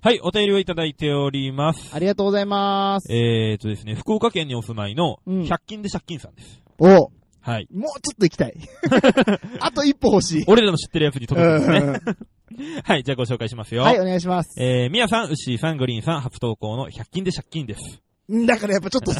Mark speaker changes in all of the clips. Speaker 1: はい、お便りをいただいております。
Speaker 2: ありがとうございます。
Speaker 1: えーとですね、福岡県にお住まいの、
Speaker 2: うん
Speaker 1: 100均で借金さんです。
Speaker 2: お
Speaker 1: はい。
Speaker 2: もうちょっと行きたい。 あと一歩欲しい。
Speaker 1: 俺らの知ってるやつに
Speaker 2: う
Speaker 1: 届くんですね。
Speaker 2: ん
Speaker 1: はい、じゃあご紹介しますよ。
Speaker 2: はい、お願いします。
Speaker 1: えー、みやさん、うっしーさん、グリーンさん、初投稿の100均で借金です。
Speaker 2: だからやっぱ ちょっと、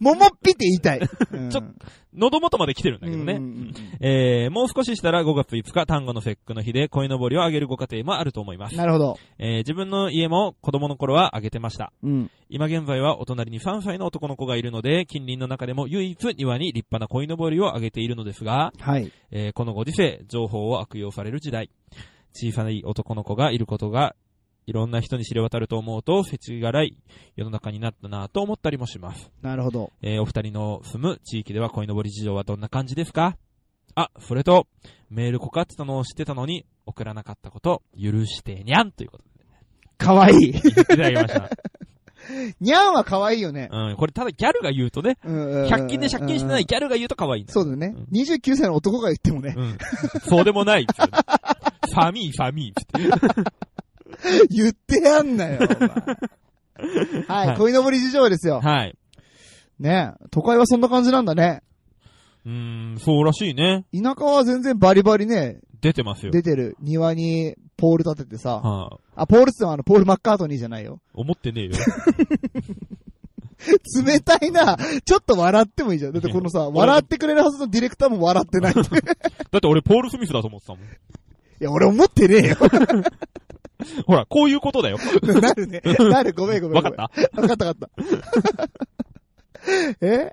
Speaker 2: 桃っぴって言いたい。うん
Speaker 1: ちょっ喉元まで来てるんだけどね。
Speaker 2: うんうんうん
Speaker 1: えー、もう少ししたら5月5日、単語の節句の日で、鯉のぼりをあげるご家庭もあると思います。
Speaker 2: なるほど。
Speaker 1: えー、自分の家も子供の頃はあげてました。
Speaker 2: うん。
Speaker 1: 今現在はお隣に3歳の男の子がいるので、近隣の中でも唯一庭に立派な鯉のぼりをあげているのですが、
Speaker 2: はい。
Speaker 1: えーこのご時世、情報を悪用される時代。小さない男の子がいることが、いろんな人に知れ渡ると思うと、世知辛い世の中になったなぁと思ったりもします。
Speaker 2: なるほど。
Speaker 1: えーお二人の住む地域では鯉のぼり事情はどんな感じですかあ、それと、メールこかってたのを知ってたのに、送らなかったこと、許してにゃんということ
Speaker 2: かわい い。
Speaker 1: で、言っていただきました。
Speaker 2: にゃんはかわいいよね。
Speaker 1: うん、これただギャルが言うとね、100
Speaker 2: 100
Speaker 1: 均で借金してない。ギャルが言うと可愛いんだ
Speaker 2: そうだね
Speaker 1: うん。
Speaker 2: 29歳の男が言っ てもね、
Speaker 1: うん。そうでもないっ つって。ファミーファミーっつって。
Speaker 2: 言ってやんなよ、 お前
Speaker 1: は
Speaker 2: はいい、恋のぼり事情ですよ。
Speaker 1: はい。
Speaker 2: ね都会はそんな感じなんだね。
Speaker 1: うーん、そうらしいね。
Speaker 2: 田舎は全然バリバリね、
Speaker 1: 出てますよ。
Speaker 2: 出てる。庭にポール立ててさ。
Speaker 1: はあ、
Speaker 2: あ、ポールって言ってもあの、ポール・マッカートニーじゃないよ。
Speaker 1: 思ってねえよ。
Speaker 2: 冷たいな。ちょっと笑ってもいいじゃん。だってこのさ、笑ってくれるはずのディレクターも笑ってない。い
Speaker 1: だって俺ポール・スミスだと思ってたもん。
Speaker 2: や、俺思ってねえよ。
Speaker 1: ほら、こういうことだよ。
Speaker 2: なるね。なる、ごめんごめんごめん。
Speaker 1: わかった
Speaker 2: わかったわかった。 え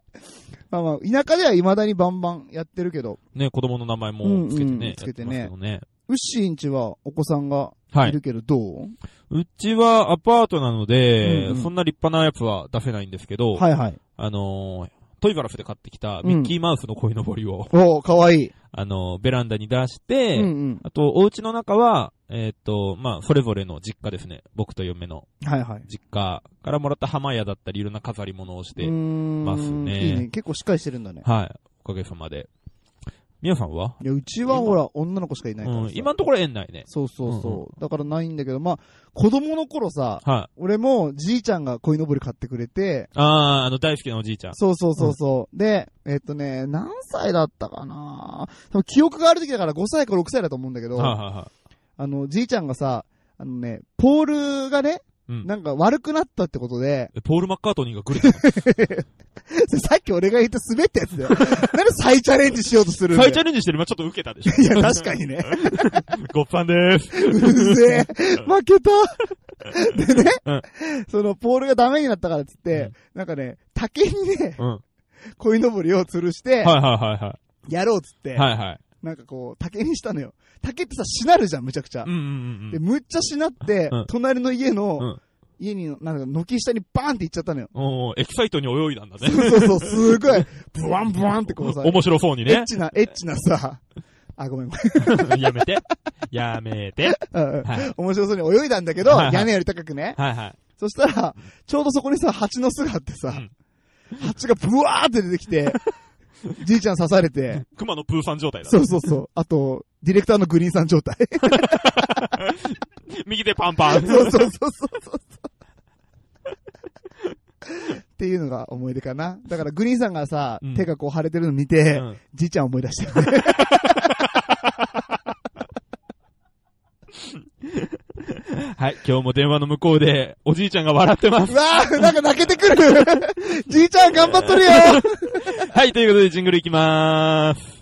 Speaker 2: まあまあ、田舎では未だにバンバンやってるけど、
Speaker 1: ね、子供の名前もつけてね。
Speaker 2: うんうんつけてね
Speaker 1: やっますけどね
Speaker 2: ウッシーんちはお子さんが
Speaker 1: はいい。
Speaker 2: るけど、どう、
Speaker 1: うちはアパートなので、
Speaker 2: うんうん
Speaker 1: そんな立派なやつは出せないんですけど、
Speaker 2: はい、はいはい
Speaker 1: あのートイザラスで買ってきたミッキーマウスの鯉のぼりを、
Speaker 2: おーかわいい。
Speaker 1: あのーベランダに出して、
Speaker 2: うんうん。
Speaker 1: あと、お家の中は、えーっと、まあ、それぞれの実家ですね。僕と嫁の
Speaker 2: はいはい。
Speaker 1: 実家からもらった浜屋だったり、いろんな飾り物をして、
Speaker 2: うーん
Speaker 1: ますね
Speaker 2: いいね。結構しっかりしてるんだね。
Speaker 1: はい。おかげさまで。皆さんはい
Speaker 2: や、うちはほら、女の子しかいないから
Speaker 1: う
Speaker 2: さ
Speaker 1: ん、今のところ縁ないね。
Speaker 2: そうそうそう。
Speaker 1: うんう
Speaker 2: だからないんだけど、まあ、子供の頃さ、
Speaker 1: はい。
Speaker 2: 俺もじいちゃんが鯉のぼり買ってくれて、
Speaker 1: あー、あの、大好きなおじいちゃん。
Speaker 2: そうそうそうそう。で、えっとね、何歳だったかな多分記憶がある時だから5歳か6歳だと思うんだけど、
Speaker 1: はいはいは
Speaker 2: あの、じいちゃんがさ、あのね、ポールがね、
Speaker 1: い。うん。
Speaker 2: なんか悪くなったってことで、
Speaker 1: えポール・マッカートニーがグレてた。
Speaker 2: それさっき俺が言った滑ったやつだよ。なんで再チャレンジしようとするんだ
Speaker 1: 再
Speaker 2: よ
Speaker 1: チャレンジしてる今ちょっと受けたでしょ。
Speaker 2: いや、確かにね。
Speaker 1: ごっぱんでーす。
Speaker 2: うぜえ。負けた。でね
Speaker 1: うん、
Speaker 2: そのポールがダメになったからっつっ
Speaker 1: う
Speaker 2: て
Speaker 1: ん、
Speaker 2: なんかね、竹にね、
Speaker 1: うん。はい
Speaker 2: 鯉のぼりを吊るして、
Speaker 1: はいはいは
Speaker 2: やろうっつっ
Speaker 1: い。
Speaker 2: て、
Speaker 1: はいはい。
Speaker 2: なんかこう、竹にしたのよ。竹ってさ、しなるじゃん、むちゃくちゃ
Speaker 1: うん。うんうんう
Speaker 2: で、
Speaker 1: ん。
Speaker 2: むっちゃしなって
Speaker 1: うん、
Speaker 2: 隣の家
Speaker 1: う
Speaker 2: の
Speaker 1: ん、。
Speaker 2: 家に、なんか、軒下にバーンって行っちゃったのよ
Speaker 1: おーエキサイトに泳いだんだね。
Speaker 2: そうそうそう、すごい、ブワンブワンってこうさ、エ
Speaker 1: 面白そうにね
Speaker 2: ッ。チな、エッチなさ、あ、ごめんごめん
Speaker 1: やめて。やめて。
Speaker 2: うんうん
Speaker 1: はい。
Speaker 2: 面白そうに泳いだんだけど、
Speaker 1: はいはい
Speaker 2: 屋根より高くね。
Speaker 1: はいはい。
Speaker 2: そしたら、ちょうどそこにさ、蜂の巣があってさ
Speaker 1: うん、
Speaker 2: 蜂がブワーって出てき て、じいちゃん刺されて、
Speaker 1: 熊のプーさん状態だ
Speaker 2: そ。うそうそう。あと、ディレクターのグリーンさん状態。
Speaker 1: 右手パンパン。
Speaker 2: そうそうそうそうそう。っていうのが思い出かな。だからグリーンさんがさ、
Speaker 1: うん
Speaker 2: 手がこう腫れてるの見て、
Speaker 1: うん
Speaker 2: じいちゃん思い出した よね。
Speaker 1: はい。今日も電話の向こうで、おじいちゃんが笑ってます。
Speaker 2: うわーなんか泣けてくるじいちゃん頑張っとるよ
Speaker 1: はい、ということで、ジングルいきまーす。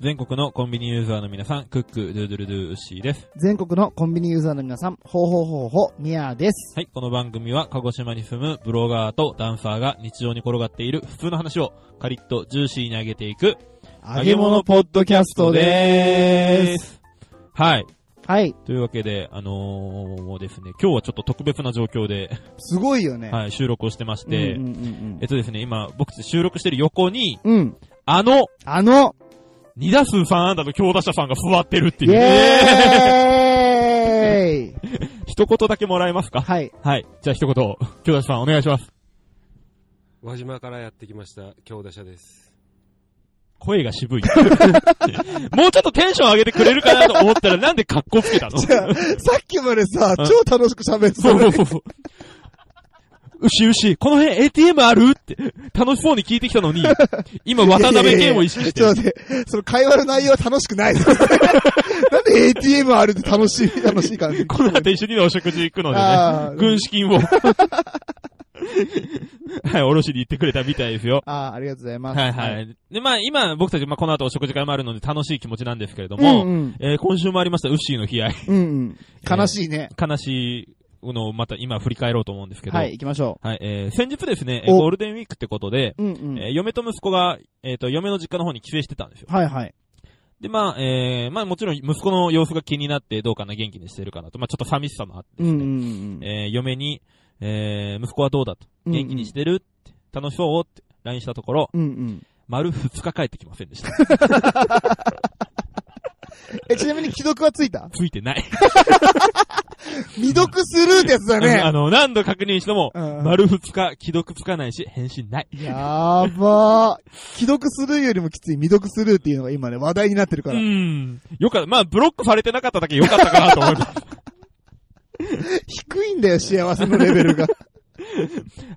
Speaker 1: 全国のコンビニユーザーの皆さん、クック、ドゥードゥルドゥー、ウッシーです。
Speaker 2: 全国のコンビニユーザーの皆さん、ほうほうほうほう、ミヤーです。
Speaker 1: はい、この番組は鹿児島に住むブロガーとダンサーが日常に転がっている普通の話をカリッとジューシーに上げていく、
Speaker 2: 揚げ物ポッドキャストでーす。
Speaker 1: す。はい。
Speaker 2: はい。
Speaker 1: というわけで、あのー、ですね、今日はちょっと特別な状況で、
Speaker 2: すごいよね。
Speaker 1: はい、収録をしてまし
Speaker 2: うん
Speaker 1: て、
Speaker 2: うんうん
Speaker 1: えっとですね、今、僕たち収録してる横に、
Speaker 2: うん。うん。
Speaker 1: あの、
Speaker 2: あの、
Speaker 1: 2打数3安打の強打者さんが座ってるって
Speaker 2: イ
Speaker 1: いう。
Speaker 2: ェーイ
Speaker 1: 一言だけもらえますか
Speaker 2: はい。
Speaker 1: はい。じゃあ一言、強打者さんお願いします。
Speaker 3: 輪島からやってきました、強打者です。
Speaker 1: 声が渋い。もうちょっとテンション上げてくれるかなと思ったらなんで格好つけたの
Speaker 2: じゃあ、さっきまでさ、
Speaker 1: うん
Speaker 2: 超楽しく喋ってた
Speaker 1: そう
Speaker 2: の
Speaker 1: そうそ
Speaker 2: に
Speaker 1: うそう。牛牛、この辺 ATM あるって、楽しそうに聞いてきたのに、今渡辺謙を意識し
Speaker 2: ちょ
Speaker 1: て
Speaker 2: っ、と待って、その会話の内容は楽しくない。 なんで ATM あるって楽しい、楽しい感じ。
Speaker 1: この後一緒にお食事行くのでね、
Speaker 2: あー
Speaker 1: 軍資金を。はい、おろしに行ってくれたみたいですよ。
Speaker 2: あー、ありがとうございます。
Speaker 1: はいはい。で、まあ今僕たち、まあこの後お食事会もあるので楽しい気持ちなんですけれど
Speaker 2: うん
Speaker 1: も、
Speaker 2: うん
Speaker 1: えー今週もありました、ウッシーの悲哀。
Speaker 2: うんうん。悲しいね。
Speaker 1: 悲しいのをまた今振り返ろうと思うんですけど、
Speaker 2: はい、行きましょ
Speaker 1: はい、えー先日ですね、えー
Speaker 2: お
Speaker 1: ゴールデンウィークってことで、
Speaker 2: う。うんうん。
Speaker 1: えー嫁と息子が、えっ、と、嫁の実家の方に帰省してたんですよ。
Speaker 2: はいはい。
Speaker 1: で、まあ、えーまあもちろん息子の様子が気になってどうかな、元気にしてるかなと、まあちょっと寂しさもあって
Speaker 2: う
Speaker 1: で
Speaker 2: んう
Speaker 1: す
Speaker 2: ん
Speaker 1: ね、
Speaker 2: うん。
Speaker 1: えー嫁に、えー息子はどうだと、
Speaker 2: うんうん
Speaker 1: 元気にしてるって、楽しそうって LINE したところ、
Speaker 2: うんうん。
Speaker 1: 丸2日帰ってきませんで した。
Speaker 2: え、ちなみに既読はついた
Speaker 1: ついてない。
Speaker 2: 未読スルーってやつだ
Speaker 1: あ
Speaker 2: ね。
Speaker 1: の、何度確認しても、
Speaker 2: うん
Speaker 1: 丸2日、既読つかないし、返信ない。
Speaker 2: やーばー。既読スルーよりもきつい未読スルーっていうのが今ね、話題になってるか
Speaker 1: う
Speaker 2: ら。
Speaker 1: ん。よかった。まあ、ブロックされてなかっただけよかったかなと思います。
Speaker 2: 低いんだよ、幸せのレベルが。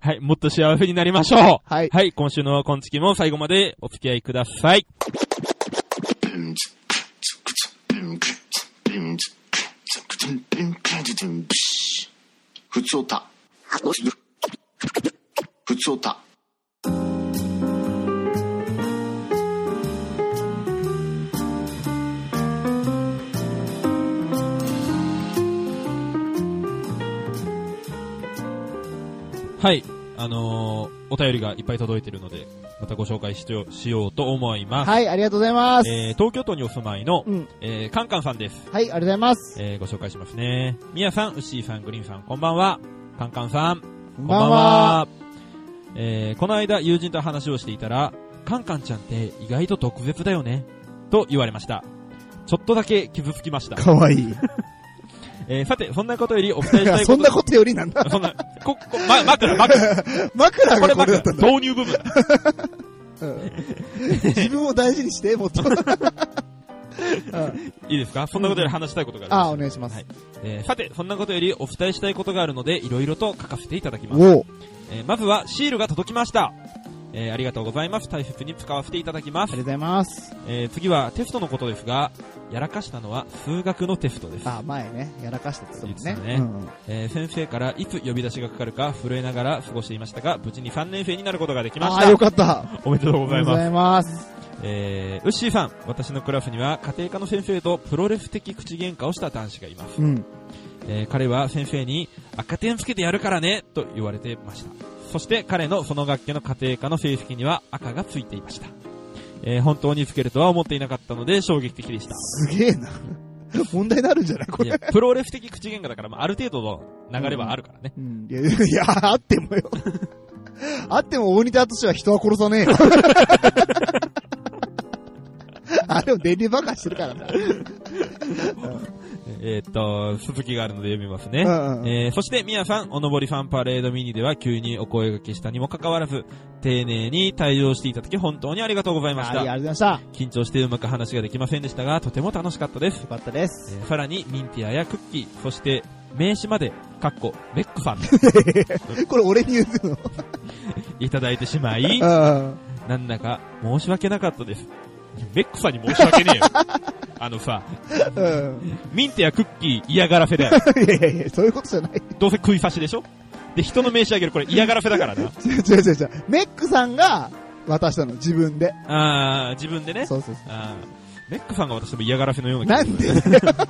Speaker 1: はい、もっと幸せになり ましょう。
Speaker 2: はい。
Speaker 1: はい、今週のコンチキも最後までお付き合いください。
Speaker 4: ふつおた。ふつおた。
Speaker 1: はい、あのー、お便りがいっぱい届いてるので、またご紹介しようしようと思います。
Speaker 2: はい、ありがとうございます。
Speaker 1: えー、東京都にお住まいの、
Speaker 2: うん。
Speaker 1: えー、カンカンさんです。
Speaker 2: はい、ありがとうございます。
Speaker 1: えー、ご紹介しますね。みやさん、うっしーさん、グリーンさん、こんばんは。カンカンさん、
Speaker 2: こ
Speaker 1: こ
Speaker 2: んばんは。。
Speaker 1: えー、この間友人と話をしていたら、カンカンちゃんって意外と特別だよね、と言われました。ちょっとだけ傷つきま した。
Speaker 2: かわいい。
Speaker 1: えー、さて、そんなことよりお伝えしたいこと。
Speaker 2: そんなことよりなんだ。
Speaker 1: そんな、こ、こ、ま、枕、 枕、
Speaker 2: 枕
Speaker 1: これ
Speaker 2: がこれ
Speaker 1: 枕
Speaker 2: だった、んだ。
Speaker 1: 導入部分。
Speaker 2: うん自分を大事にし て、もっと。うん
Speaker 1: いいですかそんなことより話したいことがあります。
Speaker 2: あ、お願いします。
Speaker 1: はいえーさて、そんなことよりお伝えしたいことがあるので、いろいろと書かせていただきます。
Speaker 2: おう
Speaker 1: えーまずは、シールが届きました。えーありがとうございます。大切に使わせていただきま
Speaker 2: あり
Speaker 1: す
Speaker 2: がとう。ございます。
Speaker 1: えー次は、テストのことですが、やらかしたのは数学のテストです。
Speaker 2: あ、前ね、やらかしたって言ってたもんね。
Speaker 1: 言ってたね
Speaker 2: うんうん
Speaker 1: えー先生からいつ呼び出しがかかるか震えながら過ごしていましたが、無事に3年生になることができまし
Speaker 2: あー、よ
Speaker 1: た。
Speaker 2: かった。
Speaker 1: おめでとうございます。
Speaker 2: います。
Speaker 1: えー、ウッシーさん、私のクラスには家庭科の先生とプロレス的口喧嘩をした男子がいます。
Speaker 2: うん。
Speaker 1: えー彼は先生に赤点つけてやるからねと言われてました。そして彼のその学期の家庭科の成績には赤がついていました。えー本当につけるとは思っていなかったので衝撃的でした。
Speaker 2: すげえな。 問題になるんじゃないこ
Speaker 1: い
Speaker 2: れ。
Speaker 1: や、プロレス的口喧嘩だから、まあ、ある程度の流れはあるからね。
Speaker 2: うん。いや、いやあっても よ。あっても大仁田敦は人は殺さ ねえよ。あれも電流爆破してるからな。
Speaker 1: えーっと、続きがあるので読みます
Speaker 2: う
Speaker 1: ね。
Speaker 2: んうん。
Speaker 1: えーそして、みやさん、おのぼりファンパレードミニでは急にお声掛けしたにもかかわらず、丁寧に対応していただき本当にありがとうございまし
Speaker 2: あり
Speaker 1: た。
Speaker 2: がとうございました。よ
Speaker 1: 緊張してうまく話ができませんでしたが、とても楽しかったです。
Speaker 2: かったです。
Speaker 1: えーさらに、ミンティアやクッキー、そして、名刺まで、かっこ、メックさ ん、
Speaker 2: これ俺に言うの。
Speaker 1: いただいてしまい、
Speaker 2: うん。
Speaker 1: なんだか申し訳なかったです。メックさんに申し訳ね えよ。あのさ、
Speaker 2: うん。
Speaker 1: ミンティアクッキー嫌がらせだよ。
Speaker 2: いやいやいや、そういうことじゃない。
Speaker 1: どうせ食い差しでしょで、人の名刺あげる、これ嫌がらせだからな。
Speaker 2: 違う違う違う違う。メックさんが渡したの、自分で。
Speaker 1: あー、自分でね。
Speaker 2: そうそうそ
Speaker 1: あーメックさんが私でも嫌がらせのよう
Speaker 2: う。
Speaker 1: な
Speaker 2: な
Speaker 1: 気
Speaker 2: ん
Speaker 1: がす
Speaker 2: で
Speaker 1: る
Speaker 2: だよ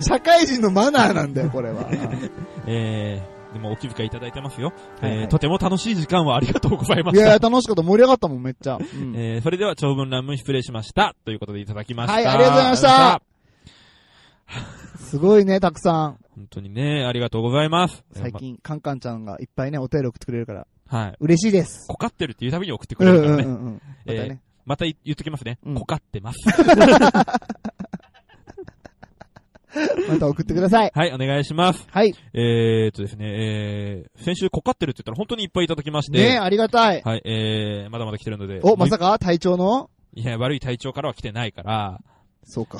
Speaker 2: 社会人のマナーなんだよ、これは。
Speaker 1: えー、でもお気遣いいただいてますよ。
Speaker 2: はいは
Speaker 1: えー、
Speaker 2: い
Speaker 1: とても楽しい時間をありがとうございま
Speaker 2: い
Speaker 1: し
Speaker 2: やい
Speaker 1: た。
Speaker 2: や、楽しかった。盛り上がったもん、めっちゃ。うん
Speaker 1: えー、それでは長文乱文失礼しました。ということでいただきました。
Speaker 2: はいありがとうございましたすごいね、たくさん。
Speaker 1: 本当にね、ありがとうございます。
Speaker 2: 最近、カンカンちゃんがいっぱいね、お便り送ってくれるから、
Speaker 1: えー。まはい。
Speaker 2: 嬉しいです。
Speaker 1: こかってるっていうたびに送ってく
Speaker 2: うん
Speaker 1: れ
Speaker 2: う
Speaker 1: るか
Speaker 2: ん
Speaker 1: ら
Speaker 2: う
Speaker 1: ね。
Speaker 2: んうん。またね。
Speaker 1: またい言っときますね。
Speaker 2: うん
Speaker 1: こかってます。
Speaker 2: また送ってください。
Speaker 1: はい、お願いします。
Speaker 2: はい。
Speaker 1: えー、っとですね、えー、先週こかってるって言ったら本当にいっぱいいただきまして、
Speaker 2: ねえ、ありがたい。
Speaker 1: はい、えー、まだまだ来てるので、
Speaker 2: お、まさか体調の
Speaker 1: いや、悪い体調からは来てないから、
Speaker 2: そうか。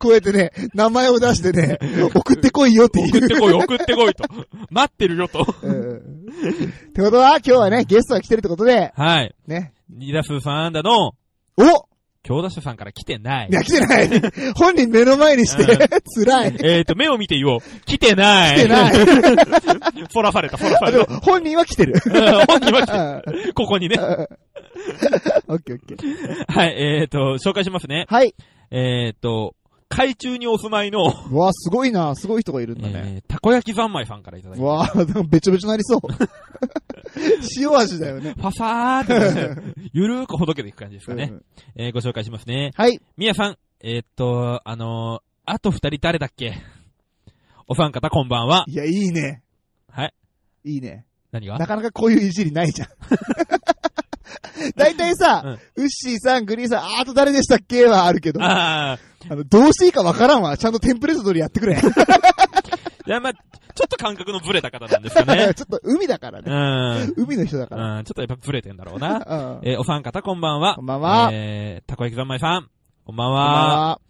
Speaker 2: こうやってね、名前を出してね、送ってこいよってい
Speaker 1: 送って
Speaker 2: う。
Speaker 1: こい、送ってこいと。待ってるよと。
Speaker 2: うんってことは、今日はね、ゲストが来てるってことで、
Speaker 1: はい。
Speaker 2: ね。
Speaker 1: ニダスさんだの、
Speaker 2: お
Speaker 1: 強打者さんから来てない
Speaker 2: い。や、来てない。本人目の前にして、辛い。来
Speaker 1: えー、っと、目を見て言おう。来てない。
Speaker 2: てない。
Speaker 1: そらされた、そらさ
Speaker 2: あ
Speaker 1: れ
Speaker 2: で
Speaker 1: た
Speaker 2: も。、本人は来 てる。
Speaker 1: うん本人は来
Speaker 2: あ
Speaker 1: てここにね。
Speaker 2: オッケーオッケー。
Speaker 1: はい、えー、っと、紹介しますね。
Speaker 2: はい。
Speaker 1: えー、っと、海中にお住まいの、
Speaker 2: うわあ、すごいな。すごい人がいるんだね。
Speaker 1: えー、たこ焼き三昧さんからいただき
Speaker 2: う
Speaker 1: ま
Speaker 2: わあ、なんかべちょべちょなり そう。塩味だよね。
Speaker 1: す。ファサー って、ゆるーくほどけていく感じですかね
Speaker 2: う。ん
Speaker 1: えー、ご紹介しますね。
Speaker 2: はい。
Speaker 1: みやさん、えー、っと、あのー、あと二人誰だっけお三方こんばんは。
Speaker 2: いや、いいね。
Speaker 1: はい。
Speaker 2: いいね。
Speaker 1: 何が
Speaker 2: なかなかこういういじり ないじゃん。大体さ、ウッシーさん、グリーンさん、あーあと誰でしたっけはあるけど、あ
Speaker 1: ああ、
Speaker 2: の、どうしていいかわからんわ。ちゃんとテンプレート通りやって くれ。
Speaker 1: いや、まあ、ちょっと感覚のブレた方なんですか
Speaker 2: ち ょ
Speaker 1: ね
Speaker 2: っ。と海だから
Speaker 1: う
Speaker 2: ね。
Speaker 1: ん。
Speaker 2: 海の人だから。
Speaker 1: うん、ちょっとやっぱブレてんだろう な。
Speaker 2: うん
Speaker 1: えーお三方こんばんは。
Speaker 2: こんばんは
Speaker 1: えー、たこ焼き三昧さん。こんばん
Speaker 2: こんばん
Speaker 1: は。
Speaker 2: は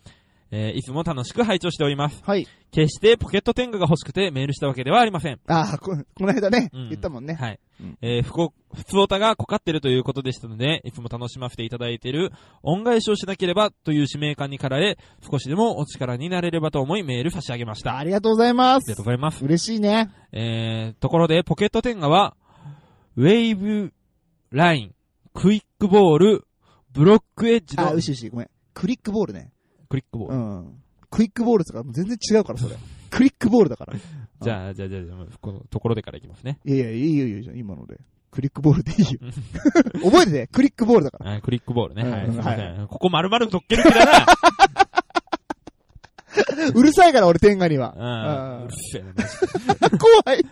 Speaker 1: えー、いつも楽しく拝聴しております。
Speaker 2: はい。
Speaker 1: 決してポケット天狗が欲しくてメールしたわけではありません。
Speaker 2: ああ、こ、この間ね、
Speaker 1: うん
Speaker 2: 言ったもんね。
Speaker 1: はい。
Speaker 2: うん
Speaker 1: えー、ふこ、ふつおたがこかってるということでしたので、いつも楽しませていただいている、恩返しをしなければという使命感に駆られ、少しでもお力になれればと思いメール差し上げました。
Speaker 2: あ
Speaker 1: あ
Speaker 2: りがとうございま
Speaker 1: りが
Speaker 2: す
Speaker 1: とう。ございます。
Speaker 2: 嬉しいね。
Speaker 1: えー、ところで、ポケット天下は、ウェーブ、ライン、クイックボール、ブロックエッジ
Speaker 2: あ、
Speaker 1: の
Speaker 2: う、しうし、ごめん。クリックボールね。
Speaker 1: クリックボー
Speaker 2: う
Speaker 1: ル。
Speaker 2: ん。クイックボールとか全然違うから、それ。 クリックボールだから。い
Speaker 1: じゃあ、じゃあ、じゃあ、じゃあ、このところでからいきますね。
Speaker 2: やいや、いいよいいよいいよ、今ので。クリックボールでい いよ。覚えてて、クリックボールだから。
Speaker 1: はい、クリックボールね。
Speaker 2: うん
Speaker 1: はい、
Speaker 2: うん
Speaker 1: すいませ
Speaker 2: は
Speaker 1: ん。ここ丸々とっける気 だ
Speaker 2: うるさいから、俺、天下には。
Speaker 1: な。うん。うるせえな。マジで
Speaker 2: 怖い。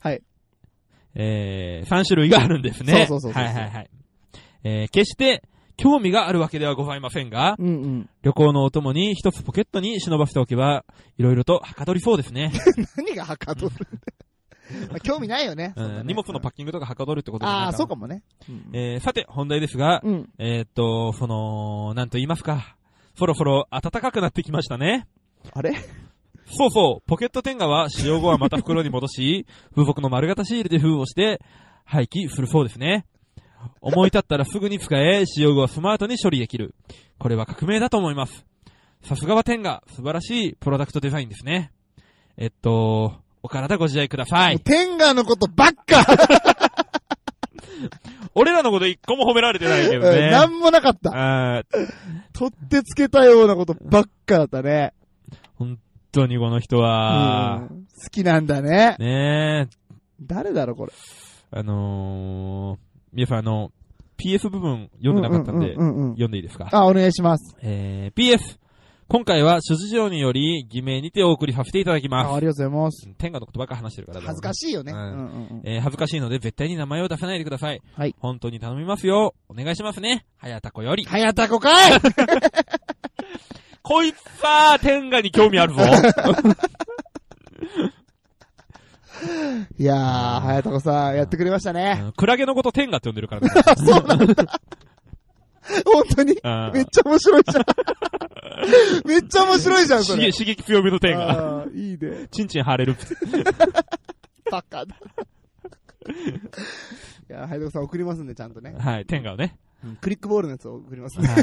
Speaker 2: はい。
Speaker 1: えー、3種類があるんですね。
Speaker 2: そうそうそうそう
Speaker 1: はいはいはい。えー、決して、興味があるわけではございませんが、
Speaker 2: うんうん。
Speaker 1: 旅行のお供に一つポケットに忍ばせておけば、いろいろとはかどりそうですね。
Speaker 2: 何がはかどるまあ興味ないよね。そんな
Speaker 1: う
Speaker 2: ね
Speaker 1: ん荷物のパッキングとかはかどるってことじゃない
Speaker 2: ああ、
Speaker 1: な
Speaker 2: そうかもね。うん
Speaker 1: えーさて、本題ですが、
Speaker 2: うん。
Speaker 1: えーっと、その、なんと言いますか、そろそろ暖かくなってきましたね。
Speaker 2: あれ
Speaker 1: そうそう、ポケット天下は使用後はまた袋に戻し、 風俗の丸型シールで封をして、廃棄するそうですね。思い立ったらすぐに使え、使用後はスマートに処理できる。これは革命だと思います。さすがは天下、素晴らしいプロダクトデザインですね。えっと、お体ご自愛くださ
Speaker 2: もう
Speaker 1: い。
Speaker 2: 天下のことばっか
Speaker 1: 俺らのこと一個も褒められてないけ
Speaker 2: うん
Speaker 1: どね。
Speaker 2: なんもなかった。
Speaker 1: あー
Speaker 2: 取ってつけたようなことばっかだったね。
Speaker 1: 本当にこの人
Speaker 2: う
Speaker 1: は、
Speaker 2: ん好きなんだね。
Speaker 1: ねえ、
Speaker 2: 誰だろ、これ。
Speaker 1: あのー、皆さんあの、PS 部分読んでなかったんで、
Speaker 2: うんうんうんうん
Speaker 1: 読んでいいですか
Speaker 2: あ、お願いします。
Speaker 1: えー、PS! 今回は諸事情により偽名にてお送りさせていただき
Speaker 2: あ
Speaker 1: ま
Speaker 2: ありがとうございます
Speaker 1: す。。天下のことばっか話してるから
Speaker 2: 恥ずか
Speaker 1: しい。
Speaker 2: しいよね。
Speaker 1: う
Speaker 2: うんんうん
Speaker 1: えー、恥ずかしいので絶対に名前を出さないでください。
Speaker 2: はい。
Speaker 1: 本当に頼みますよ。お願いしますね。はやたこより。
Speaker 2: はやたこかい
Speaker 1: こいつさー、天下に興味ある ぞ。
Speaker 2: いやー、はやたこさん、やってくれました
Speaker 1: う
Speaker 2: ね。
Speaker 1: んクラゲのこと天下って呼んでるからね。
Speaker 2: そうなんだ。本当に
Speaker 1: うん
Speaker 2: めっちゃ面白いじゃん。 めっちゃ面白いじゃん、そ
Speaker 1: 刺
Speaker 2: れ
Speaker 1: 激。刺激強めの天下。
Speaker 2: あーいいね。
Speaker 1: チンチン腫れる。
Speaker 2: バカだ。いや、はやたこさん送りますんで、ちゃんとね。
Speaker 1: はい、天下を ね。
Speaker 2: クリックボールのやつを送りますんで。
Speaker 1: はい。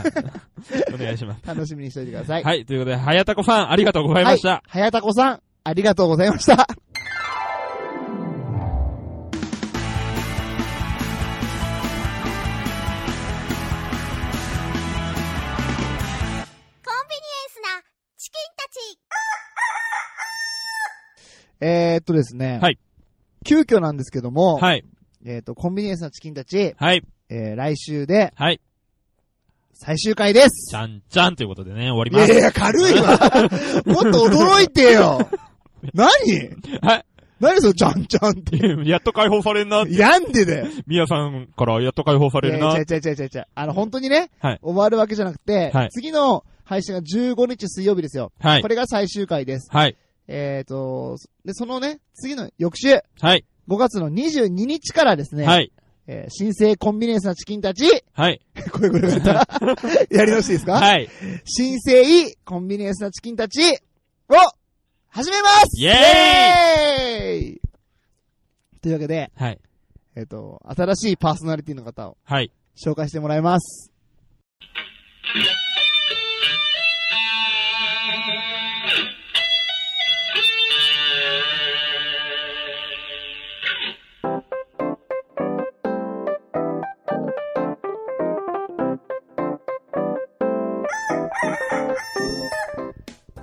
Speaker 1: お願いします。
Speaker 2: 楽しみにしておいてください。
Speaker 1: はい、ということで、はやたこさん、ありがとうございました。
Speaker 2: はい。はやたこさん、ありがとうございました。
Speaker 5: コンビニエンスなチキンたち
Speaker 2: えー、っとですね。
Speaker 1: はい。
Speaker 2: 急遽なんですけども、
Speaker 1: はい、
Speaker 2: えーっと、コンビニエンスのチキンたち、
Speaker 1: はい、
Speaker 2: えー、来週で
Speaker 1: はい。
Speaker 2: 最終回です
Speaker 1: ち。ゃんちゃんということでね、終わり
Speaker 2: い
Speaker 1: ま
Speaker 2: やい
Speaker 1: す。
Speaker 2: や、軽いわ。もっと驚いてよ。何
Speaker 1: はい。
Speaker 2: 何それ、じゃんじゃんっ て。
Speaker 1: やっと解放されんなって。
Speaker 2: やんでだよ。
Speaker 1: ミヤさんからやっと解放されるな。
Speaker 2: いや違う違う違う違う違う。あの、本当にね、
Speaker 1: はい
Speaker 2: 終わるわけじゃなくて、
Speaker 1: はい
Speaker 2: 次の配信が15日水曜日ですよ。
Speaker 1: はい
Speaker 2: こ。れが最終回です。
Speaker 1: はい。
Speaker 2: えーと、で、そのね、次の翌週、
Speaker 1: はい。
Speaker 2: 5月の22日からですね、
Speaker 1: はい。
Speaker 2: えー新生コンビネンスなチキンたち、
Speaker 1: はい。
Speaker 2: これこれこれ、 やり直していいですか、
Speaker 1: はい。
Speaker 2: 新生コンビネンスなチキンたちを、始めます
Speaker 1: イエー
Speaker 2: イエーイというわけで、
Speaker 1: はい。
Speaker 2: えっ、と、新しいパーソナリティの方を
Speaker 1: はい。
Speaker 2: 紹介してもらいます。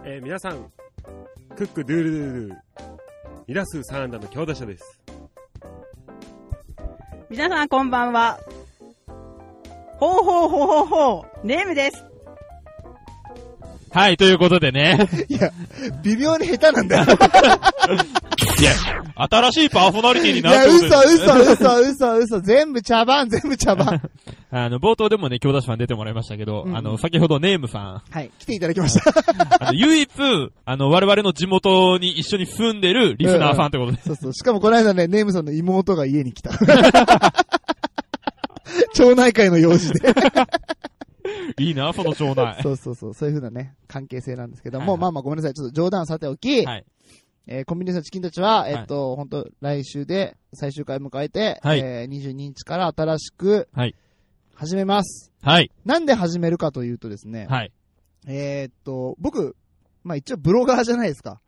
Speaker 3: えー皆さん、クックドゥルドゥルドゥ。2打数3安打の強打者です。
Speaker 6: 皆さんこんばんは。ほうほうほうほうほう、ネームです。
Speaker 1: はい、ということで ね。
Speaker 2: いや、微妙に下手なんだ
Speaker 1: い
Speaker 2: よ。
Speaker 1: や、新しいパーソナリティに
Speaker 2: い
Speaker 1: なるっ
Speaker 2: や、
Speaker 1: てことで
Speaker 2: 嘘
Speaker 1: すね
Speaker 2: 嘘嘘嘘嘘。全部茶番、全部茶 番。
Speaker 1: あの、冒頭でもね、京田さん出てもらいましたけど、
Speaker 2: うん
Speaker 1: あの、先ほどネームさん、
Speaker 2: はい、来ていただきました。
Speaker 1: あの、唯一、あの、我々の地元に一緒に住んでるリスナーさんってことで。
Speaker 2: そうそう。しかもこの間ね、ネームさんの妹が家に来た。 町内会の用事で。
Speaker 1: いいな、その町 内。
Speaker 2: そうそうそう。そういう風なね、関係性なんですけど
Speaker 1: はい
Speaker 2: も、
Speaker 1: はい
Speaker 2: まあまあごめんなさい。ちょっと冗談はさておき、
Speaker 1: はい。
Speaker 2: えーコンビニエンスのチキンたちは、
Speaker 1: い
Speaker 2: えっと、本当来週で最終回迎えて、
Speaker 1: はい
Speaker 2: えー22日から新しく、
Speaker 1: はい
Speaker 2: 始めます。
Speaker 1: はい。
Speaker 2: なんで始めるかというとですね、
Speaker 1: はい。
Speaker 2: えーっと、僕、まあ一応ブロガーじゃないですか。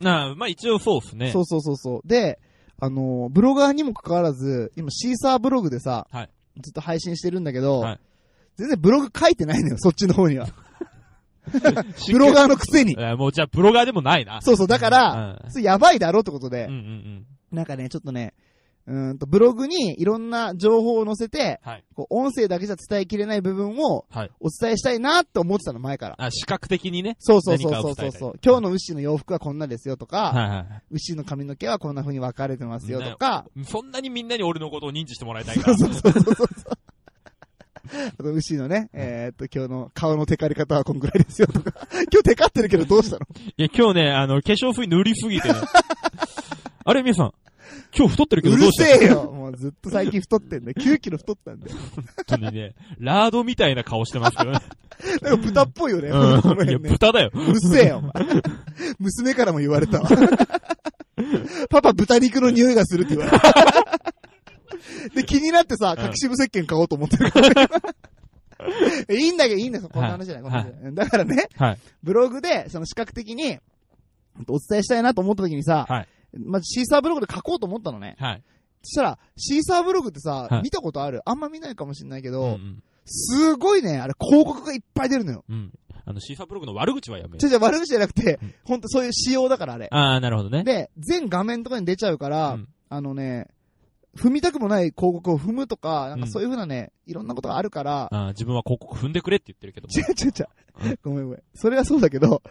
Speaker 1: なあ、まあ一応そうっすね。
Speaker 2: そうそうそうそう。で、あのー、ブロガーにもかかわらず、今シーサーブログでさ、
Speaker 1: はい
Speaker 2: ずっと配信してるんだけど、
Speaker 1: はい
Speaker 2: 全然ブログ書いてないのよ、そっちの方には。
Speaker 1: しっ
Speaker 2: ブ
Speaker 1: かり
Speaker 2: ロガーのくせに。
Speaker 1: えーもうじゃあブロガーでもないな。
Speaker 2: そうそう、だから、それやばいだろってことで
Speaker 1: うん。う、んうん
Speaker 2: なんかね、ちょっとね、うーんと、ブログにいろんな情報を載せて、
Speaker 1: はい
Speaker 2: こう音声だけじゃ伝えきれない部分を
Speaker 1: はい
Speaker 2: お伝えしたいなって思ってたの、前から。
Speaker 1: うん。あ、視覚的にね。
Speaker 2: そうそうそうそ
Speaker 1: 何
Speaker 2: う
Speaker 1: かを伝
Speaker 2: そう
Speaker 1: えたい
Speaker 2: そう。今日の牛の洋服はこんなですよとか、
Speaker 1: はいはいは
Speaker 2: 牛の髪の毛はこんな風に分かれてますよ とか、
Speaker 1: い。そんなにみんなに俺のことを認知してもらいたいから。
Speaker 2: あと牛のね、えーっと、今日の顔のテカり方はこんぐらいですよとか、 今日テカってるけどどうしたの
Speaker 1: いや、今日ね、あの、化粧水塗りすぎ てね。あれ、みやさん。今日太ってるけど
Speaker 2: う
Speaker 1: ど
Speaker 2: る
Speaker 1: うした
Speaker 2: せえよもうずっと最近太って んだよ。9キロ太った んだよ。
Speaker 1: 本当にね、ラードみたいな顔してますけど ね。
Speaker 2: なんか豚っぽいよね。こ
Speaker 1: う
Speaker 2: の
Speaker 1: ん。いや、
Speaker 2: 辺ね
Speaker 1: 豚だよ。
Speaker 2: うるせえよ、お前娘からも言われたわ。パパ、豚肉の匂いがするって言われた。で、気になってさ、
Speaker 1: うん
Speaker 2: 隠し部石鹸買おうと思ってるから。えいいんだけど、いいんだよ。こんな話じゃない、こんな話じゃない。だからね、
Speaker 1: はい。
Speaker 2: ブログで、その視覚的に、お伝えしたいなと思った時にさ、
Speaker 1: はい
Speaker 2: まずシーサーブログで書こうと思ったのね。
Speaker 1: はい。
Speaker 2: そしたら、シーサーブログってさ、
Speaker 1: はい
Speaker 2: 見たことあるあんま見ないかもしれないけ
Speaker 1: う
Speaker 2: ど、
Speaker 1: んうん。
Speaker 2: すごいね、あれ広告がいっぱい出るのよ。
Speaker 1: うん。あの、シーサーブログの悪口はやめ
Speaker 2: ち
Speaker 1: よう。
Speaker 2: ょちょ、悪口じゃなくて
Speaker 1: うん、
Speaker 2: ほんとそういう仕様だから、あれ。
Speaker 1: ああ、なるほどね。
Speaker 2: で、全画面とかに出ちゃうから、
Speaker 1: うん
Speaker 2: あのね、踏みたくもない広告を踏むとか、なん
Speaker 1: う
Speaker 2: か
Speaker 1: ん
Speaker 2: そういうふうなね、いろんなことがあるから、
Speaker 1: あー自分は広告踏んでくれって言ってるけど
Speaker 2: 違う違う違う。ごめんごめん。それはそうだけど、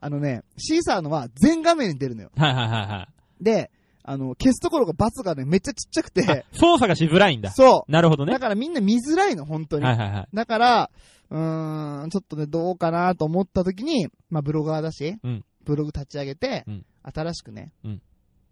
Speaker 2: あのね、シーサーのは全画面に出るのよ。
Speaker 1: も。はいはいはいはい。
Speaker 2: で、あの、消すところがバツがね、めっちゃちっちゃくて、
Speaker 1: 操作がしづらいんだ。
Speaker 2: そ
Speaker 1: なるほど
Speaker 2: う。
Speaker 1: ね
Speaker 2: だ。からみんな見づらいの、本当に。
Speaker 1: はいはいはい。
Speaker 2: だから、うーん、ちょっとね、どうかなと思った時に、まあ、ブロガーだし、
Speaker 1: うん
Speaker 2: ブログ立ち上げて、
Speaker 1: うん
Speaker 2: 新しくね、
Speaker 1: うん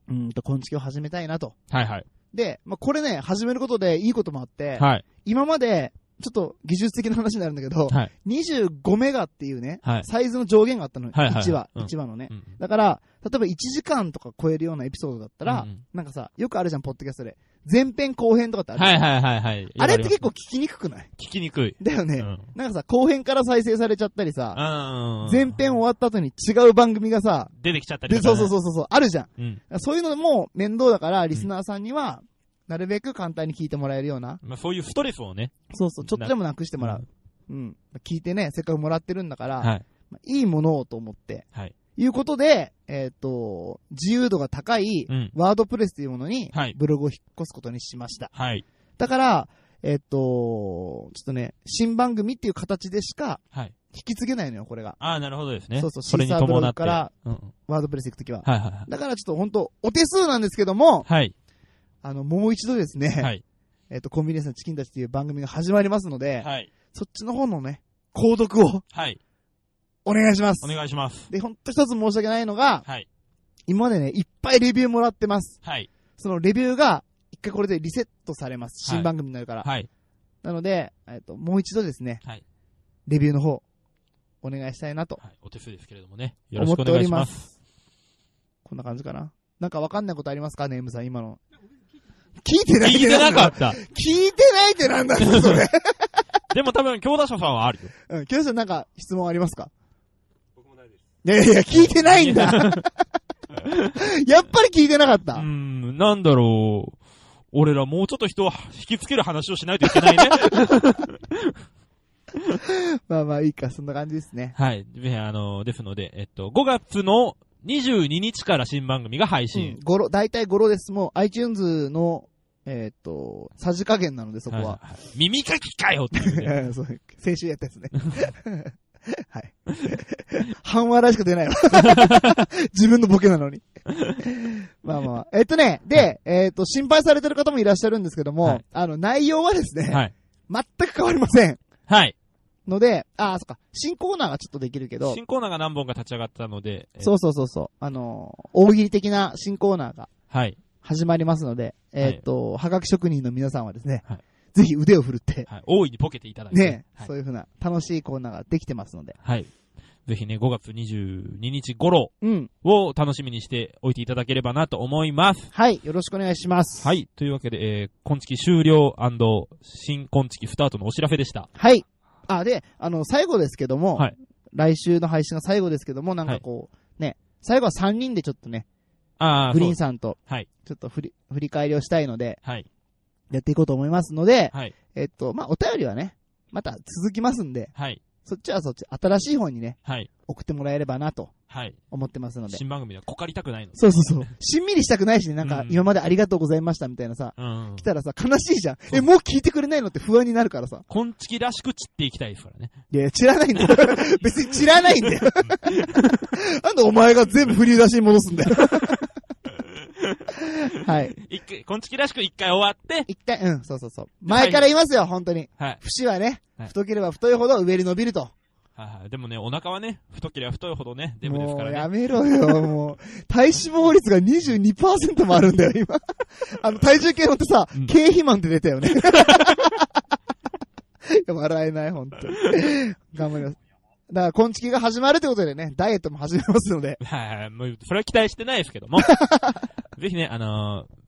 Speaker 2: うーんと、昆虫を始めたいなと。
Speaker 1: はいはい。
Speaker 2: で、まあ、これね、始めることでいいこともあって、
Speaker 1: はい。
Speaker 2: 今まで、ちょっと技術的な話になるんだけど、
Speaker 1: はい
Speaker 2: 25メガっていうね、
Speaker 1: はい
Speaker 2: サイズの上限があったのよ。
Speaker 1: はいはいはい
Speaker 2: 1話、
Speaker 1: うん
Speaker 2: 1話のね。
Speaker 1: うん
Speaker 2: だから、例えば1時間とか超えるようなエピソードだったら、
Speaker 1: うんうん
Speaker 2: なんかさ、よくあるじゃん、ポッドキャストで。前編後編とかってある、
Speaker 1: はいはいはいはい。
Speaker 2: あれって結構聞きにくくない
Speaker 1: 聞きにくい。
Speaker 2: だよね、
Speaker 1: うん。
Speaker 2: なんかさ、後編から再生されちゃったりさ、
Speaker 1: あー
Speaker 2: 前編終わった後に違う番組がさ、
Speaker 1: 出てきちゃったり
Speaker 2: で、
Speaker 1: とか
Speaker 2: そう
Speaker 1: ね
Speaker 2: そうそうそうそう、あるじゃん。
Speaker 1: うん。
Speaker 2: そういうのも面倒だから、リスナーさんには、なるべく簡単に聞いてもらえるような。
Speaker 1: まあそういうストレスをね。
Speaker 2: そうそう、ちょっとでもなくしてもらう。うん。聞いてね、せっかくもらってるんだから、
Speaker 1: うん。はい。
Speaker 2: まあいいものをと思って。
Speaker 1: はい。
Speaker 2: いうことで、えっ、と、自由度が高い、
Speaker 1: うん。
Speaker 2: ワードプレスというものに
Speaker 1: はい、
Speaker 2: ブログを引っ越すことにしました。
Speaker 1: はい。
Speaker 2: だから、えっ、と、ちょっとね、新番組っていう形でしか、
Speaker 1: はい。
Speaker 2: 引き継げないのよ、これが。
Speaker 1: ああ、なるほどですね。
Speaker 2: そうそう
Speaker 1: れに
Speaker 2: シーサーブロ
Speaker 1: 伴っ
Speaker 2: グ
Speaker 1: て。
Speaker 2: から
Speaker 1: うんうん
Speaker 2: ワードプレス行くときは。
Speaker 1: はいはいはい。
Speaker 2: だからちょっと本当お手数なんですけども、
Speaker 1: はい。
Speaker 2: あの、もう一度ですね、
Speaker 1: はい。
Speaker 2: えっと、コンビニエンスのチキンたちっていう番組が始まりますので、
Speaker 1: はい。
Speaker 2: そっちの方のね、購読を
Speaker 1: はい。
Speaker 2: お願いします。
Speaker 1: お願いします。
Speaker 2: で、ほんと一つ申し訳ないのが、
Speaker 1: はい。
Speaker 2: 今までね、いっぱいレビューもらってます。
Speaker 1: はい。
Speaker 2: そのレビューが、一回これでリセットされます。
Speaker 1: はい
Speaker 2: 新番組になるから。
Speaker 1: はい。
Speaker 2: なので、えっと、もう一度ですね、
Speaker 1: はい
Speaker 2: レビューの方、お願いしたいなと
Speaker 1: はい。お手数ですけれどもね。よろ
Speaker 2: 思
Speaker 1: し
Speaker 2: っ
Speaker 1: くお
Speaker 2: てお
Speaker 1: 願い
Speaker 2: り
Speaker 1: し
Speaker 2: ま
Speaker 1: ます。
Speaker 2: す。こんな感じかな。なんかわかんないことありますかね、M さん、今の。聞いてない
Speaker 1: 聞
Speaker 2: っ
Speaker 1: い
Speaker 2: て
Speaker 1: て
Speaker 2: な
Speaker 1: なんか
Speaker 2: だ
Speaker 1: っ。た。
Speaker 2: 聞いてないってなんだろう、それ。
Speaker 1: でも多分、強打者さんはあるよ。
Speaker 2: うん、木下さんなんか質問ありますか
Speaker 3: 僕もないです。
Speaker 2: いやいやいや、 聞いてないんだ。やっぱり聞いてなかっ
Speaker 1: う
Speaker 2: た
Speaker 1: ー。ん、なんだろう。俺らもうちょっと人を引きつける話をしないといけない ね。
Speaker 2: まあまあいいか、そんな感じですね。
Speaker 1: はい。であの、ですので、えっと、5月の22日から新番組が配
Speaker 2: う
Speaker 1: 信
Speaker 2: ん。、ゴロ、大体ゴロです。もう iTunes の、えーっと、さじ加減なのでそこ
Speaker 1: い
Speaker 2: は。
Speaker 1: いい耳かきかよって いうね
Speaker 2: そう先週やったやつね。 はい。半笑いしか出ないわ。 自分のボケなのに。まあまあまあ。えっとね、で、えーっと、心配されてる方もいらっしゃるんですけども、
Speaker 1: はい
Speaker 2: あの、内容はですね、
Speaker 1: はい。
Speaker 2: 全く変わりません。
Speaker 1: はい。
Speaker 2: ので、ああ、そっか、新コーナーがちょっとできるけど、
Speaker 1: 新コーナーが何本か立ち上がったので、え
Speaker 2: そうそうそうそう、あのー大喜利的な新コーナーが
Speaker 1: はい。
Speaker 2: 始まりますので、えーっと、はがき職人の皆さんはですね、
Speaker 1: はい
Speaker 2: ぜひ腕を振るって、
Speaker 1: はい。大いにボケていただいて。
Speaker 2: ね、
Speaker 1: はい
Speaker 2: そういうふうな楽しいコーナーができてますので、
Speaker 1: はい。ぜひね、5月22日頃
Speaker 2: うん、
Speaker 1: を楽しみにしておいていただければなと思います。
Speaker 2: はい、よろしくお願いします。
Speaker 1: はい。というわけで、えー、今月終了新今月スタートのお知らせでした。
Speaker 2: はい。あ、で、あの、最後ですけども、
Speaker 1: はい
Speaker 2: 来週の配信が最後ですけども、なんかこう、ね、最後は3人でちょっとね、
Speaker 1: ああ、
Speaker 2: グリーン
Speaker 1: そう
Speaker 2: さんと、
Speaker 1: はい
Speaker 2: ちょっと振り、振り返りをしたいので、
Speaker 1: はい。
Speaker 2: やっていこうと思いますので、
Speaker 1: はい。
Speaker 2: えっと、まあ、お便りはね、また続きますんで、
Speaker 1: はい。
Speaker 2: そっちはそっち、新しい方にね、
Speaker 1: はい。
Speaker 2: 送ってもらえればなと
Speaker 1: はい。
Speaker 2: 思ってますので。
Speaker 1: 新番組ではこかりたくないので。
Speaker 2: そうそうそう。しんみりしたくないしね、なん
Speaker 1: う
Speaker 2: か
Speaker 1: ん、
Speaker 2: 今までありがとうございましたみたいなさ、
Speaker 1: うん
Speaker 2: 来。たらさ、悲しいじゃん。え、もう聞いてくれないのって不安になるからさ。
Speaker 1: 今月らしく散っていきたいですからね。
Speaker 2: いやいや、散らないんだよ。 別に散らないんだよ。 なんでお前が全部振り出しに戻すん だよ。はい。
Speaker 1: 一回、今月らしく一回終わって、
Speaker 2: 一回、うん、そうそうそう。前から言いますよ、本当に。
Speaker 1: はい。
Speaker 2: 節はね
Speaker 1: はい、
Speaker 2: 太ければ太いほど上に伸びると。
Speaker 1: はいはい。でもね、お腹はね、太ければ太いほどね、デブです
Speaker 2: も
Speaker 1: か
Speaker 2: う
Speaker 1: ら
Speaker 2: や
Speaker 1: ね。
Speaker 2: めろよ、もう。体脂肪率が22%もあるんだよ、今。 あの、体重計乗ってさ
Speaker 1: うん、
Speaker 2: 経肥満って出たよね。 笑えない、本当に。頑張ります。だから、昆虫が始まるということでね、ダイエットも始めますので、
Speaker 1: はいはい。もう、それは期待してないです けども。ぜひね、あのー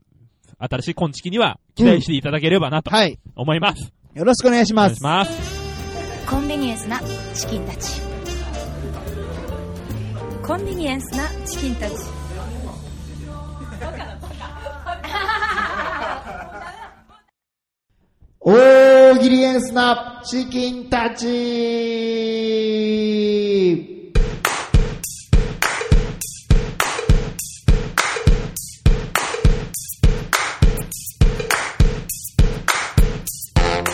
Speaker 1: 新しい今月には期待していただければなと
Speaker 2: はい。
Speaker 1: 思います。
Speaker 2: よろしくお願いし
Speaker 1: お
Speaker 2: ま
Speaker 1: 願い
Speaker 2: す
Speaker 1: し。ます。
Speaker 5: コンビニエンスなチキンたちコンビニエンスなチキンたち
Speaker 2: 大喜利エンスなチキンたち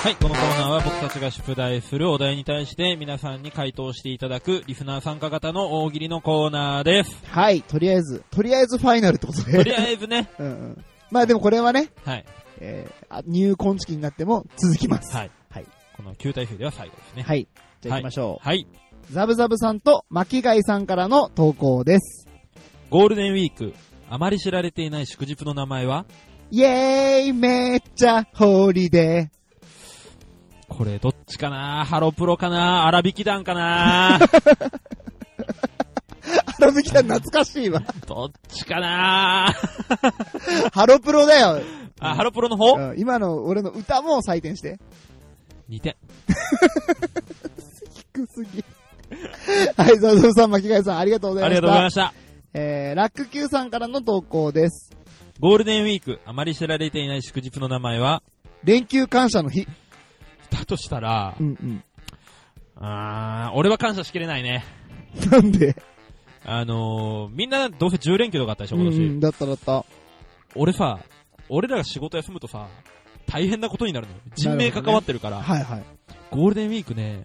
Speaker 1: はい。このコーナーは僕たちが出題するお題に対して皆さんに回答していただくリスナー参加型の大喜利のコーナーです。
Speaker 2: はい、とりあえず、とりあえずファイナルってこと
Speaker 1: とり
Speaker 2: で。
Speaker 1: あえずね、
Speaker 2: うんうん、まあでもこれはね、
Speaker 1: はい。
Speaker 2: えー、あ入婚式になっても続きます。
Speaker 1: はい。
Speaker 2: はい。
Speaker 1: この旧体制では最後ですね。
Speaker 2: はい。じゃあ行きましょう。
Speaker 1: はい。
Speaker 2: ザブザブさんと巻貝さんからの投稿です。
Speaker 1: ゴールデンウィーク、あまり知られていない祝日の名前は
Speaker 2: イェーイめっちゃホーリデ
Speaker 1: これどっちかなハロプロかな荒引き団か な
Speaker 2: ー。ハロプロ来た懐かし いわ。
Speaker 1: どっちか な
Speaker 2: ハロプロだよ。
Speaker 1: あ、ハロプロの方
Speaker 2: うん今の俺の歌も採点して。
Speaker 1: ?2 点。
Speaker 2: 低すぎ。はい、ザブザブさん、巻貝さん、ありがとうござ
Speaker 1: あ
Speaker 2: いま
Speaker 1: りがと
Speaker 2: し
Speaker 1: うござい
Speaker 2: た
Speaker 1: ま。した。
Speaker 2: えー、ラック Q さんからの投稿です。
Speaker 1: ゴールデンウィーク、あまり知られていない祝日の名前は
Speaker 2: 連休感謝の日。
Speaker 1: だとしたら
Speaker 2: う、んうん。
Speaker 1: あー、俺は感謝しきれないね。
Speaker 2: なんで
Speaker 1: あのー、みんなどうせ10連休とかあったでしょ、
Speaker 2: うん
Speaker 1: 今年。
Speaker 2: うん、だっただった。
Speaker 1: 俺さ、俺らが仕事休むとさ、大変なことになるのよ。人命関わってるから、
Speaker 2: はいはい。
Speaker 1: ゴールデンウィークね、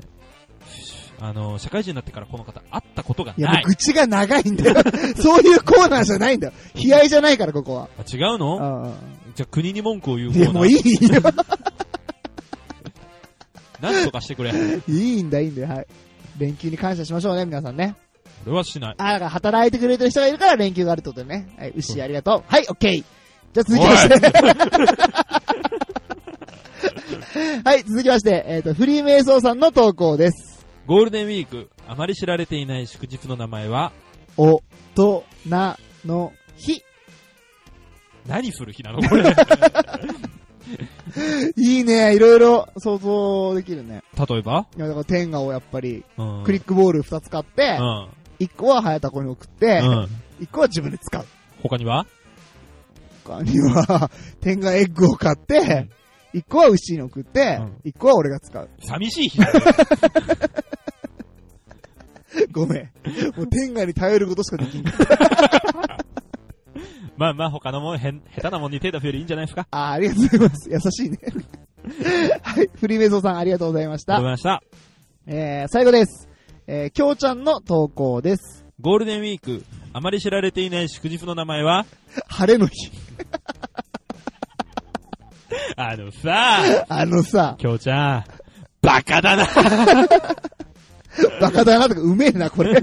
Speaker 1: あの、社会人になってからこの方、会ったことが
Speaker 2: いや、も
Speaker 1: な
Speaker 2: う
Speaker 1: い。
Speaker 2: 愚痴が長いんだよ。 そういうコーナーじゃないんだよ。悲哀じゃないから、ここは。
Speaker 1: あ違うの
Speaker 2: う。
Speaker 1: じゃあ国に文句を言うんコー
Speaker 2: い
Speaker 1: ナ
Speaker 2: や、
Speaker 1: ー。
Speaker 2: もういいよ。
Speaker 1: なんとかしてくれ。
Speaker 2: いいんだ、いいんだよ。はい。連休に感謝しましょうね、皆さんね。
Speaker 1: 俺はしない。
Speaker 2: あ、だから働いてくれてる人がいるから連休があるってことね。はい、牛ありがとう。はい、オッケー。じゃあ続きまして。 はい、続きまして、えっ、と、フリーメイソーさんの投稿です。
Speaker 1: ゴールデンウィーク、あまり知られていない祝日の名前は、
Speaker 2: お、と、な、の、日。
Speaker 1: 何する日なの これ。例
Speaker 2: いいね、いろいろ想像できるね。
Speaker 1: えば
Speaker 2: いや、だから天下をやっぱり、
Speaker 1: うん。
Speaker 2: クリックボール2つ買って
Speaker 1: う、ん。
Speaker 2: 1個は早田子に送って、
Speaker 1: うん。
Speaker 2: 1個は自分で使う。
Speaker 1: 他には
Speaker 2: 他には、 天下エッグを買って、1個は牛に送って
Speaker 1: うん、
Speaker 2: 1個は俺が使う。
Speaker 1: 寂しい日だよ。
Speaker 2: ごめん。もう天下に頼ることしかで きん。
Speaker 1: まあまあ他のもん、へん、下手なもんに手出すよりいいんじゃないですか。
Speaker 2: あーありがとうございます。優しい ね。はい。フリーメイソンさんありがとうございまし
Speaker 1: ありがとうござ
Speaker 2: た。
Speaker 1: いました。
Speaker 2: えー、最後です。えー、きょうちゃんの投稿です。
Speaker 1: ゴールデンウィーク、あまり知られていない祝日の名前は、
Speaker 2: 晴れの日。
Speaker 1: あのさ、
Speaker 2: あのさ、
Speaker 1: きょうちゃん、バカだな。
Speaker 2: バカだなとか、うめえな、これ。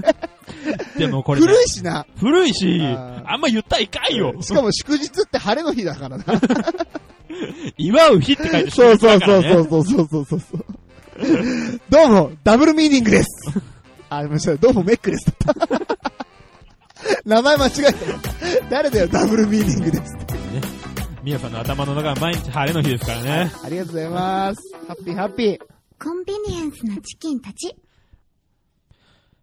Speaker 1: でもこれね、
Speaker 2: 古いしな。
Speaker 1: 古いし、
Speaker 2: あー
Speaker 1: あんま言ったらいかんよ。
Speaker 2: しかも祝日って晴れの日だからな。
Speaker 1: 祝う日って書いて
Speaker 2: そうそ
Speaker 1: 祝日だ
Speaker 2: う
Speaker 1: か
Speaker 2: そ
Speaker 1: ら
Speaker 2: う
Speaker 1: ね
Speaker 2: そうそうそうそうそう。どうも、ダブルミーニングです。あ、むしろどうもメックですだった。名前間違えた。誰だよ、ダブルミーニングです。
Speaker 1: みやさんの頭の中は毎日晴れの日ですからね。
Speaker 2: ありがとうございます。ハッピーハッピー。
Speaker 5: コンビニエンスなチキンたち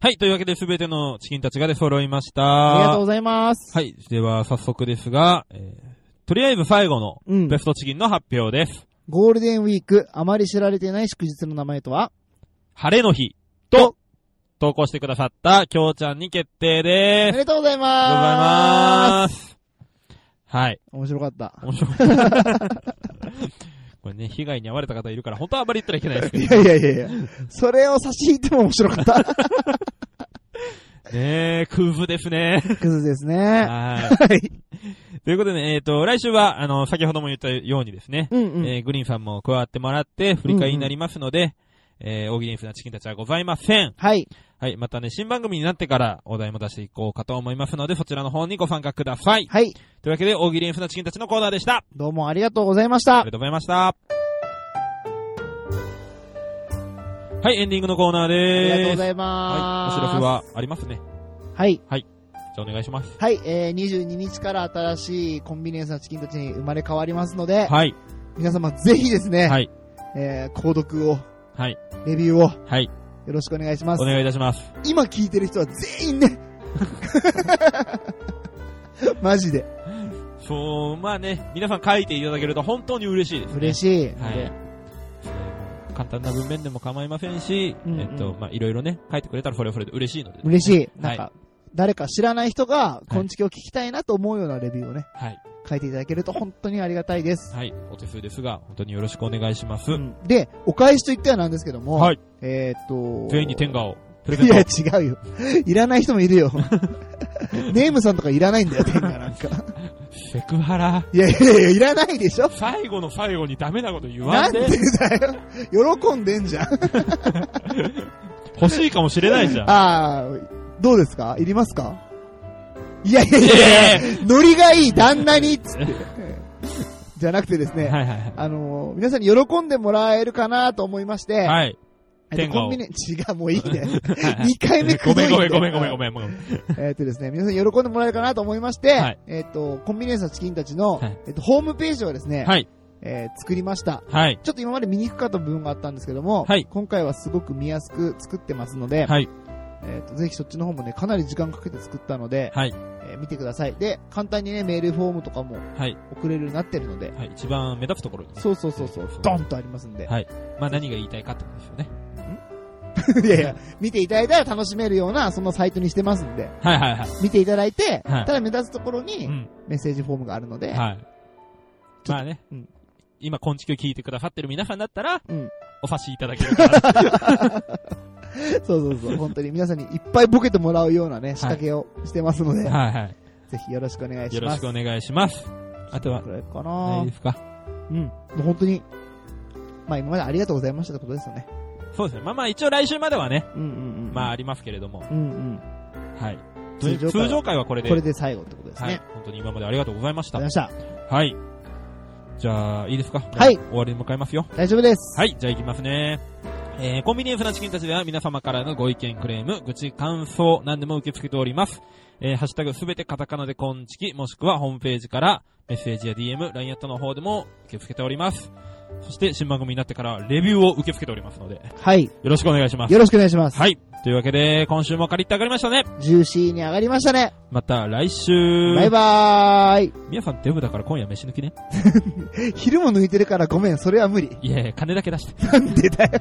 Speaker 1: はい、というわけで全てのチキンたちが出揃いました。
Speaker 2: ありがとうございます。
Speaker 1: はい、では早速ですが、えーとりあえず最後の
Speaker 2: うん
Speaker 1: ベストチキンの発表です。
Speaker 2: ゴールデンウィーク、あまり知られていない祝日の名前とは
Speaker 1: 晴れの日と、投稿してくださったきょうちゃんに決定
Speaker 2: お
Speaker 1: で
Speaker 2: め
Speaker 1: す。
Speaker 2: でとうござい
Speaker 1: ありがとうござい
Speaker 2: ま。
Speaker 1: ますす。はい。
Speaker 2: 面白かった。
Speaker 1: 面白い。 これね、被害に遭われた方いるから、本当はあまり言ったらいけないですけ
Speaker 2: いやいやいやいや。それを差し引いても面白 かった。
Speaker 1: ど。ねえ、クズですね。
Speaker 2: クズですね。
Speaker 1: はい。
Speaker 2: はい。
Speaker 1: ということでね、えっ、と、来週は、あの、先ほども言ったようにですね、
Speaker 2: うんうん。
Speaker 1: えーグリーンさんも加わってもらって、振り返りになりますので、えー、大喜利フなチキンたちはございません。
Speaker 2: はい。
Speaker 1: はい、またね、新番組になってからお題も出していこうかと思いますので、そちらの方にご参加ください。
Speaker 2: はい。
Speaker 1: というわけで、大喜利フなチキンたちのコーナーでした。
Speaker 2: どうもありがとうございました
Speaker 1: あり。がとうございました。はい、エンディングのコーナーで
Speaker 2: あ
Speaker 1: ー
Speaker 2: り
Speaker 1: す。
Speaker 2: がとうござい
Speaker 1: はい、
Speaker 2: ま
Speaker 1: お
Speaker 2: す。
Speaker 1: 知らせはありますね。
Speaker 2: はい。
Speaker 1: じゃあお願いします。
Speaker 2: はい、えー、22日から新しいコンビニエンスなチキンたちに生まれ変わりますので、
Speaker 1: はい、
Speaker 2: 皆様ぜひですね、
Speaker 1: はい、
Speaker 2: えー、購読を、
Speaker 1: はい、
Speaker 2: レビューをよ
Speaker 1: はい、
Speaker 2: ろしくお願いします
Speaker 1: お。願いいたします。
Speaker 2: 今聞いてる人は全員ね、 マジで
Speaker 1: そう、まあね、皆さん書いていただけると本当に嬉しいです、ね。
Speaker 2: 嬉しい。
Speaker 1: はい。簡単な文面でも構いませんし、
Speaker 2: うんうん
Speaker 1: えっと、まあ、いろいろね、書いてくれたらそれはそれで嬉しいので、
Speaker 2: 嬉しい。
Speaker 1: は
Speaker 2: ないんか、誰か知らない人が、こんちきを聞きたいなと思うようなレビューをね、
Speaker 1: はい。
Speaker 2: 書いていただけると本当にありがたいです。
Speaker 1: はい。お手数ですが、本当によろしくお願いします。
Speaker 2: うんで、お返しと言ってはなんですけども、
Speaker 1: はい
Speaker 2: えーっと、
Speaker 1: 全員に天下をプレゼ
Speaker 2: い
Speaker 1: ント
Speaker 2: や、。違うよ。いらない人もい るよ。ネームさんとかいらないんだよ、天下なん か。
Speaker 1: セクハラ。
Speaker 2: いやいやいや、いらないでしょ
Speaker 1: 最後の最後にダメなこと言わ
Speaker 2: なんん
Speaker 1: で
Speaker 2: でだよ。喜んでんじゃん。
Speaker 1: 欲しいかもしれないじゃん。
Speaker 2: ああ、どうですかいりますかいやいやい
Speaker 1: いや
Speaker 2: や
Speaker 1: い
Speaker 2: いや、ノリがいい、旦那に、つって。じゃなくてですね、
Speaker 1: はいはいはい。
Speaker 2: あのー皆さんに喜んでもらえるかなと思いまして、
Speaker 1: はい。
Speaker 2: えっ
Speaker 1: 天
Speaker 2: と
Speaker 1: 狗を
Speaker 2: コンビニ、違う、もういいね。
Speaker 1: はい
Speaker 2: 2回目く
Speaker 1: ご
Speaker 2: どい
Speaker 1: めん
Speaker 2: で
Speaker 1: ごめんごめんごめんごめんごめん。
Speaker 2: えっとですね、皆さん喜んでもらえるかなと思いまして、
Speaker 1: はい
Speaker 2: えっと、コンビニエンスのチキンたちの、
Speaker 1: はい
Speaker 2: えっと、ホームページをですね、
Speaker 1: はい。
Speaker 2: えー作りました。
Speaker 1: はい。
Speaker 2: ちょっと今まで見にくかった部分があったんですけども、
Speaker 1: はい
Speaker 2: 今回はすごく見やすく作ってますので、
Speaker 1: はい。
Speaker 2: えっとぜひそっちの方もね、かなり時間かけて作ったので、
Speaker 1: はい。
Speaker 2: えー見てください。で、簡単にね、メールフォームとかも
Speaker 1: はい。
Speaker 2: 送れるようになってるので、
Speaker 1: はい。一番目立つところにね。
Speaker 2: そうそうそうそう、ドンとありますんで、
Speaker 1: はい。まあ何が言いたいかってことですよね。
Speaker 2: いやいや、見ていただいたら楽しめるような、そのサイトにしてますんで、
Speaker 1: はいはいは
Speaker 2: 見ていただいて、
Speaker 1: はい
Speaker 2: ただ目立つところ
Speaker 1: い。
Speaker 2: に
Speaker 1: うん。
Speaker 2: メッセージフォームがあるので、
Speaker 1: はい。まあね、
Speaker 2: うん
Speaker 1: 今、昆虫を聞いてくださってる皆さんだったら、
Speaker 2: うん
Speaker 1: お察しいただけるかな。
Speaker 2: そうそうそう、本当に皆さんにいっぱいボケてもらうようなね、仕掛けをしてますので、
Speaker 1: はいは
Speaker 2: ぜひよろしくお願い
Speaker 1: い。よ
Speaker 2: し
Speaker 1: ろ
Speaker 2: ま
Speaker 1: し
Speaker 2: す。
Speaker 1: くお願いします。あとは
Speaker 2: こ、れか
Speaker 1: な
Speaker 2: ない
Speaker 1: ですか
Speaker 2: うん。もう本当に、まあ今までありがとうございましたってことですよね。
Speaker 1: そうですね。まあまあ一応来週まではね、
Speaker 2: うんうんうん。
Speaker 1: まあありますけれども。
Speaker 2: あ、うんうん。
Speaker 1: はい。
Speaker 2: 通常会は
Speaker 1: 通常会はこれで。
Speaker 2: これで最後ってことですね。
Speaker 1: は
Speaker 2: あり
Speaker 1: い
Speaker 2: がと。
Speaker 1: 本当に今までありがとうございまし
Speaker 2: うご
Speaker 1: た
Speaker 2: ざい。ました。
Speaker 1: はい。じゃあ、いいですか
Speaker 2: はい
Speaker 1: 終わりに向かいますよ。
Speaker 2: 大丈夫です。
Speaker 1: はい、じゃあ行きますね。えー、コンビニエンスなチキンたちでは皆様からのご意見、クレーム、愚痴、感想、何でも受け付けております。えー、ハッシュタグすべてカタカナでコンチキ、もしくはホームページからメッセージや DM、LINE アットの方でも受け付けております。そして新番組になってからレビューを受け付けておりますので、よ
Speaker 2: はい。
Speaker 1: ろしくお願いします。
Speaker 2: よろしくお願いします。
Speaker 1: はい。というわけで、今週も借りて上がりましたね。
Speaker 2: ジューシーに上がりましたね。
Speaker 1: また来週。
Speaker 2: バイバーイ。
Speaker 1: 皆さんデブだから今夜飯抜きね。
Speaker 2: 昼も抜いてるからごめん、それは無理。
Speaker 1: いやいや、金だけ出して。
Speaker 2: なんでだよ。